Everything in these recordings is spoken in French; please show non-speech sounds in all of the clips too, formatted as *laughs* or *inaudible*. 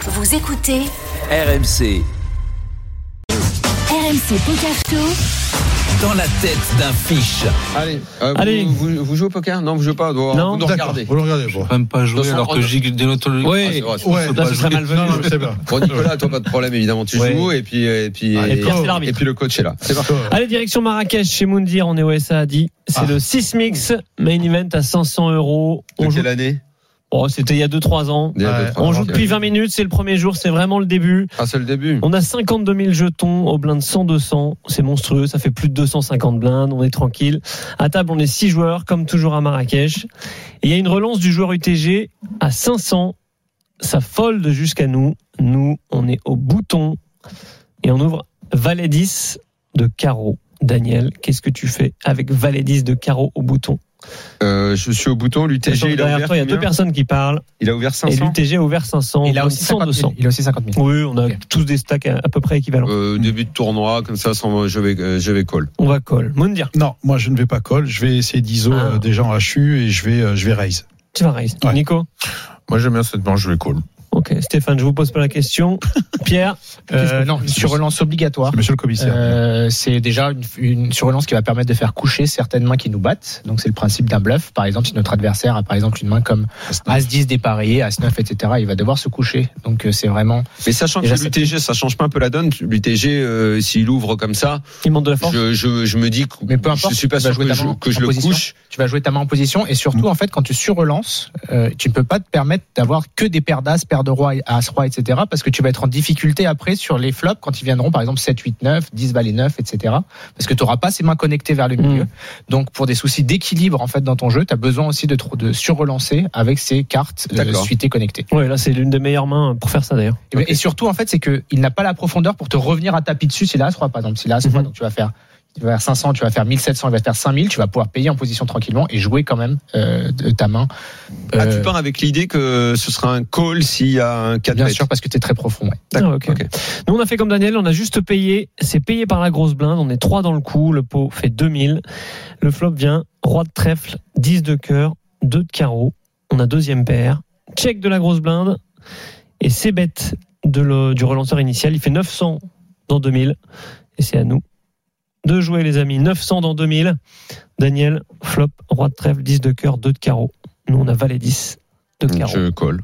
Vous écoutez RMC, RMC Poker Show. dans la tête d'un fiche. Allez, euh, Allez. Vous, vous- vous jouez au poker Non, vous jouez pas. Vous, Non, vous nous D'accord, regardez. Vous le regardez, bon. même pas Dans jouer son alors que ordre. j'ai dénontologie. Ah, c'est Oui, vrai, c'est vrai. Ouais, là, ce serait Non, malvenu. non, mais c'est *laughs* bien. Bon, Nicolas, toi, pas de problème, évidemment. Tu Ouais. joues et puis, et puis, Ah, Et Pierre, c'est et l'arbitre. puis le coach est là. C'est parti. Allez, direction Marrakech chez Moundir, on est au SAADI. C'est Ah. le 6 mix main event à 500 euros. De On joue... quelle année oh, C'était il y a 2-3 ans. Des- Ouais. deux, trois, On ok. joue depuis 20 minutes, c'est le premier jour, c'est vraiment le début. Ah, c'est le début. On a 52 000 jetons au blind 100-200. C'est monstrueux, ça fait plus de 250 blindes, on est tranquille. À table, on est 6 joueurs, comme toujours à Marrakech. Et il y a une relance du joueur UTG à 500. Ça fold jusqu'à nous. Nous, on est au bouton. Et on ouvre Valet 10 de carreau. Daniel, qu'est-ce que tu fais avec Valet 10 de carreau au bouton Euh, je suis au bouton. Sachant L'UTG, que il a Derrière ouvert. toi, il y a deux combien personnes qui parlent. Il a ouvert Et 500. l'UTG a ouvert 500. Il a aussi 100, 50 000. 200. Il a aussi 50 000. Oui, on a Ok. tous des stacks à, à peu près équivalents. Euh, début de tournoi, comme ça, sans, je vais, euh, je vais call. On va call. Moundir. Non, moi je ne vais pas call, je vais essayer d'ISO Ah. euh, déjà en HU et je vais, euh, je vais raise. Tu vas raise. Ouais. Nico Moi j'aime bien cette manche, je vais call. Ok, Stéphane, je vous pose pas la question. *laughs* Pierre Qu'est-ce Euh, que- non, sur relance obligatoire. Ah. C'est monsieur le commissaire. Euh, c'est déjà une, une surrelance qui va permettre de faire coucher certaines mains qui nous battent. Donc c'est le principe d'un bluff. Par exemple, si notre adversaire a par exemple une main comme As-10 dépareillé, As-9, etc., il va devoir se coucher. Donc euh, c'est vraiment... Mais sachant que Déjà, l'UTG, ça change pas un peu la donne. L'UTG, euh, s'il ouvre comme ça, il monte de la force. je, je, je me dis que Mais peu importe, je suis pas tu vas sûr jouer que ta je, main que je en le position. couche. Tu vas jouer ta main en position et surtout, en fait, quand tu surrelances, euh, tu ne peux pas te permettre d'avoir que des paires d'As, paires de Roi, As-Roi, etc. Parce que tu vas être en difficulté après sur les flops quand ils viendront, par exemple, 7, 8, 9, 10, Valet 9, etc. Parce que tu n'auras pas ces mains connectées vers le milieu. Mm. Donc, pour des soucis d'équilibre, en fait, dans ton jeu, tu as besoin aussi de, tro- de surrelancer avec ces cartes euh, D'accord. suitées connectées. Ouais, là c'est l'une des meilleures mains pour faire ça d'ailleurs. Et ben- Et surtout, en fait, c'est qu'il n'a pas la profondeur pour te revenir à tapis dessus. s'il a As-3, par exemple. S'il a As-3, Mhm. donc tu vas faire. Tu vas faire 500, tu vas faire 1700, il va faire 5000, tu vas pouvoir payer en position tranquillement et jouer quand même euh, de ta main. Ah, tu Euh, pars avec l'idée que ce sera un call s'il y a un 4 bien sûr, parce que tu es très profond. ouais. Ah, ok. ok. Nous on a fait comme Daniel, on a juste payé. C'est payé par la grosse blinde. On est trois dans le coup. Le pot fait 2000. Le flop vient roi de trèfle, 10 de cœur, 2 de carreau. On a deuxième paire. Check de la grosse blinde. Et c'est bête de le- du relanceur initial. Il fait 900 dans 2000. Et c'est à nous de jouer, les amis. 900 dans 2000. Daniel, flop, roi de trèfle, 10 de cœur, 2 de carreau. Nous, on a valet 10 de carreau. Je call.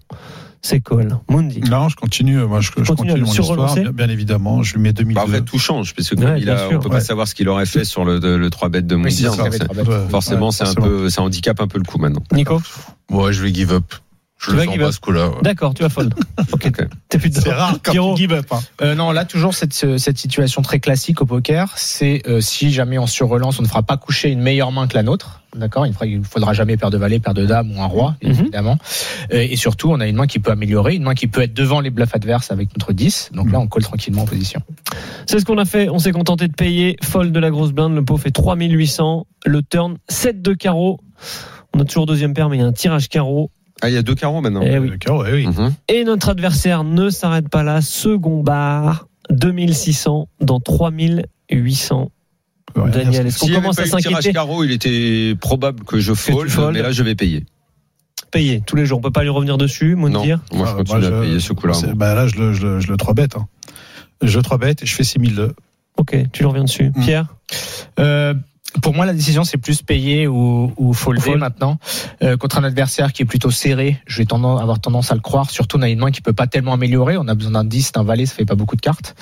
C'est call. Mundi. Non, je continue, moi je, je Continue continue, à le mon histoire, surrelancer. bien, bien évidemment. Je lui mets 2000. Bah, en fait, tout change, parce que comme Ouais, il bien a, sûr, on peut ouais. pas savoir ce qu'il aurait fait sur le, le, 3 bet de Oui, c'est Mondial. ça, forcément, forcément, c'est un peu, ça handicape un peu le coup maintenant. Nico Moi je vais give up. Je Tu le vas sens give pas up. ce coup-là. ouais. D'accord, tu vas fold. ok. Ok. T'es plus C'est dedans. rare quand Pierrot. tu give up. hein. Euh, non, là, toujours cette, ce- cette situation très classique au poker, c'est euh, si jamais on surrelance, on ne fera pas coucher une meilleure main que la nôtre. D'accord Il ne fera- il ne faudra jamais paire de valet, paire de dames ou un roi, Mhm. évidemment. Euh, et surtout, on a une main qui peut améliorer, une main qui peut être devant les bluffs adverses avec notre 10. Donc là, on colle tranquillement en position. C'est ce qu'on a fait. On s'est contenté de payer. Fold de la grosse blinde. Le pot fait 3800. Le turn, 7 de carreau. On a toujours deuxième paire, mais il y a un tirage carreau. Ah, il y a deux carreaux maintenant. Eh oui. D'accord, Euh, ouais, oui. Mhm. Et notre adversaire ne s'arrête pas là. Second bar, 2600 dans 3800. Ouais, rien Mmh. Daniel, est-ce qu'on S'il y avait commence pas à eu le tirage s'inquiéter carreau, il était probable que je tu fold, fold. mais là, je vais payer. Payer tous les jours. On peut pas lui revenir dessus. Non, Moundir. moi, je Ah, continue moi, à je- payer ce coup-là. c'est- bah, là, je le, je le, je le 3 bête. Hein. Je 3 bête et je fais 6002. Ok, tu lui reviens dessus. Mm. Pierre Euh, pour moi, la décision, c'est plus payer ou, ou folder Fold. maintenant. Euh, contre un adversaire qui est plutôt serré, je vais tendance, avoir tendance à le croire. Surtout, on a une main qui peut pas tellement améliorer. On a besoin d'un 10, d'un valet, ça fait pas beaucoup de cartes.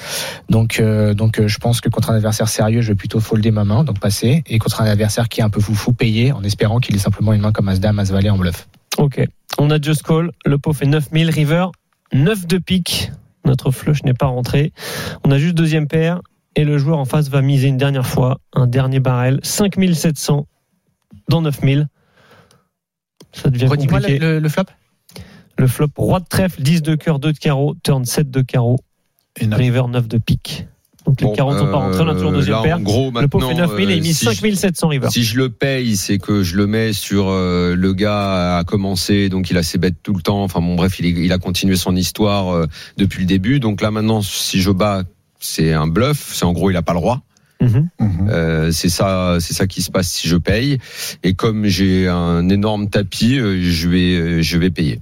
Donc, euh, donc euh, je pense que contre un adversaire sérieux, je vais plutôt folder ma main, donc passer. Et contre un adversaire qui est un peu foufou, payer en espérant qu'il ait simplement une main comme As-Dame, As-Valet en bluff. Ok. On a Just Call. Le pot fait 9000. River, 9 de pique. Notre flush n'est pas rentré. On a juste deuxième paire. Et le joueur en face va miser une dernière fois. Un dernier barrel. 5700 dans 9000. Ça devient Redis-moi compliqué. le, Le... le- le flop flop roi de trèfle, 10 de cœur, 2 de carreau, turn 7 de carreau, Et neuf. river 9 de pique. Donc les Bon, carreaux ne sont pas rentrés, on a toujours euh, deuxième là, paire. En gros, Le pot maintenant, fait 9000 et il euh, mise si je- 5700 river. Si je le paye, c'est que je le mets sur euh, le gars a commencé, donc il a ses bêtes tout le temps. Enfin bon, bref, il, est- il a continué son histoire euh, depuis le début. Donc là maintenant, si je bats, c'est un bluff. C'est en gros, il a pas le droit. Mhm. Mhm. Euh, c'est ça, c'est ça qui se passe si je paye. Et comme j'ai un énorme tapis, euh, je vais, euh, je vais payer.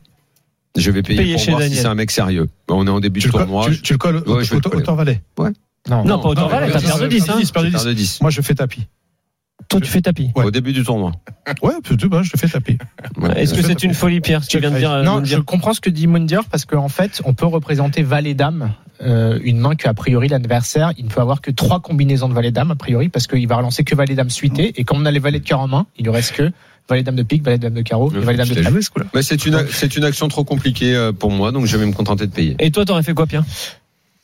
Je vais payer Payer pour chez voir si Daniel. c'est un mec sérieux. Bon, on est en début Tu de le, colles- tournoi. tu, tu le colles au- Ouais, je vais le au- au- coller. autant valet. Non, pas autant non, valet, mais t'as perdre perdu de 10. hein. dix, perdre de Je dix. perds de 10. Moi, je fais tapis. Toi, tu fais tapis. Ouais. Au début du tournoi. Ouais, plutôt, bah, je fais tapis. Ouais. Est-ce que Je fais c'est tapis. une folie, Pierre, ce que tu viens de dire euh, Non, je Moundir comprends ce que dit Mundir parce qu'en fait, on peut représenter valet dame, euh, une main que a priori l'adversaire, il ne peut avoir que trois combinaisons de valet dame a priori parce qu'il va relancer que valet dame suité et quand on a les valets de cœur en main, il ne reste que valet dame de pique, valet dame de carreau, Le et valet dame de filet. table. ce coup-là. Mais c'est une, c'est une action trop compliquée euh, pour moi, donc je vais me contenter de payer. Et toi, t'aurais fait quoi, Pierre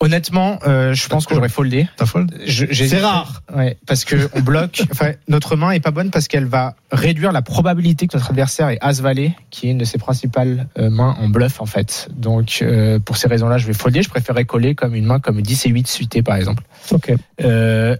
Honnêtement, euh, je pense que j'aurais foldé. T'as folle Je- j'ai- C'est rare. Ouais, parce que on bloque. Enfin, notre main est pas bonne parce qu'elle va réduire la probabilité que notre adversaire ait As Valet, qui est une de ses principales euh, mains en bluff en fait. Donc, euh, pour ces raisons-là, je vais folder. Je préférerais coller comme une main comme 10 et 8 suité par exemple. Ok. Euh,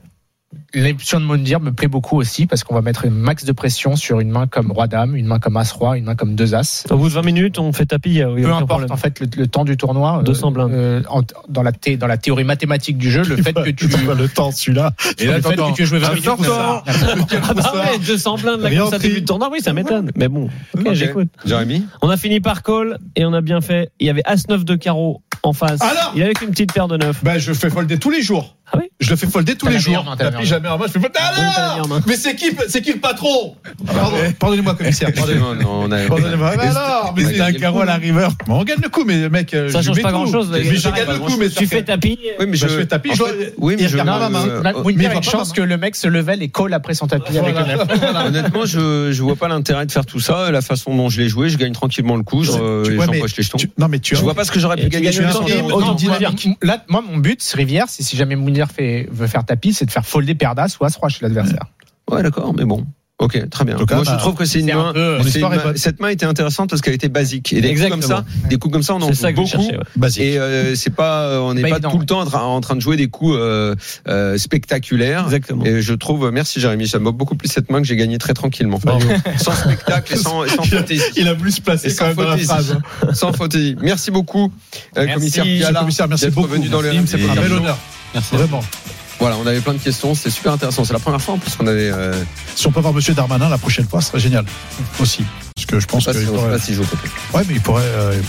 L'option de Mondir me plaît beaucoup aussi parce qu'on va mettre un max de pression sur une main comme Roi Dame, une main comme As Roi, une main comme deux As. Au bout de 20 minutes, on fait tapis, il y a, il y a Peu aucun importe problème. en fait le, le temps du tournoi. euh, 200 blindes. euh, en- dans, la thé- dans la théorie mathématique du *laughs* jeu, le fait que *laughs* tu Pas le temps, celui-là. Et le fait que tu aies joué 20 Ah, minutes, sortant. ça- Ah bah ouais, 200 blindes, la Rien course à pris. début de tournoi, Ah oui, ça m'étonne. Mais bon, ok, Ok. j'écoute. Jérémy On a fini par call et on a bien fait. Il y avait As-9 de carreau en face. Alors il avait qu'une petite paire de 9. Ben, je fais folder tous les jours. Ah oui Je le fais folder tous T'as les la meilleure jours. main, t'as la Tapis meilleure jamais en main, je fais folder. Oui, t'as la meilleure main. mais c'est qui, c'est qui le patron Pardon, Pardonnez-moi, commissaire. pardonnez-moi. *laughs* Non, non, on a- Pardonnez-moi. Mais alors, mais Mais c'est t'as un carreau à la river. Mais on gagne le coup, mais mec. euh, Ça je change mets pas tout. grand-chose. Mais je gagne le coup, mais tu fais tapis. Oui, mais je fais tapis, en je- fait, oui, mais il je- regarde ma main. euh, Ma- Mounir mais a il va une pas chance mal. que le mec se level et colle après son tapis avec le neuf. Honnêtement, je je vois pas l'intérêt de faire tout ça. La façon dont je l'ai joué, je gagne tranquillement le coup, je, euh, Tu- ouais, mais j'empoche les jetons. tu- Non, mais tu Je as. vois pas ce que j'aurais pu Et tu gagner. gagnes le avec temps. ça. Et- Autant on dire va dire que- Là, moi, mon but, Rivière, c'est si jamais Mounir fait, veut faire tapis, c'est de faire folder paire d'as ou as roi chez l'adversaire. Ouais, d'accord, mais bon. Ok, très bien. En tout cas, Moi, je bah, trouve que c'est une c'est un main. peu- Mon c'est histoire une est main- bonne. Cette main était intéressante parce qu'elle était basique. Et des coups comme ça, Exactement. des coups comme ça, on en C'est ça joue que je beaucoup. cherchais. ouais. Basique. Et euh, c'est pas, euh, on n'est Pas pas, évident, tout ouais. le temps en tra- en train de jouer des coups euh, euh, spectaculaires. Exactement. Et je trouve, merci Jérémy, ça m'a beaucoup plus cette main que j'ai gagnée très tranquillement. sans spectacle et *laughs* sans, et sans fantaisie. Il a voulu se placer Et Bah, quand même sans dans la fantaisie. phrase. hein. Sans fantaisie. Merci beaucoup, euh, Merci, commissaire Monsieur le Piala. commissaire, merci d'être beaucoup. venu dans le RMC Merci. un Première bel Show. honneur. Vraiment. Voilà, on avait plein de questions, c'était super intéressant. C'est la première fois en plus qu'on avait. euh, Si on peut avoir Monsieur Darmanin la prochaine fois, ce serait génial. Aussi. Parce que je pense je sais pas qu'il si- on sait pourrait. pas si je joue au poker. Ouais, mais il pourrait. euh,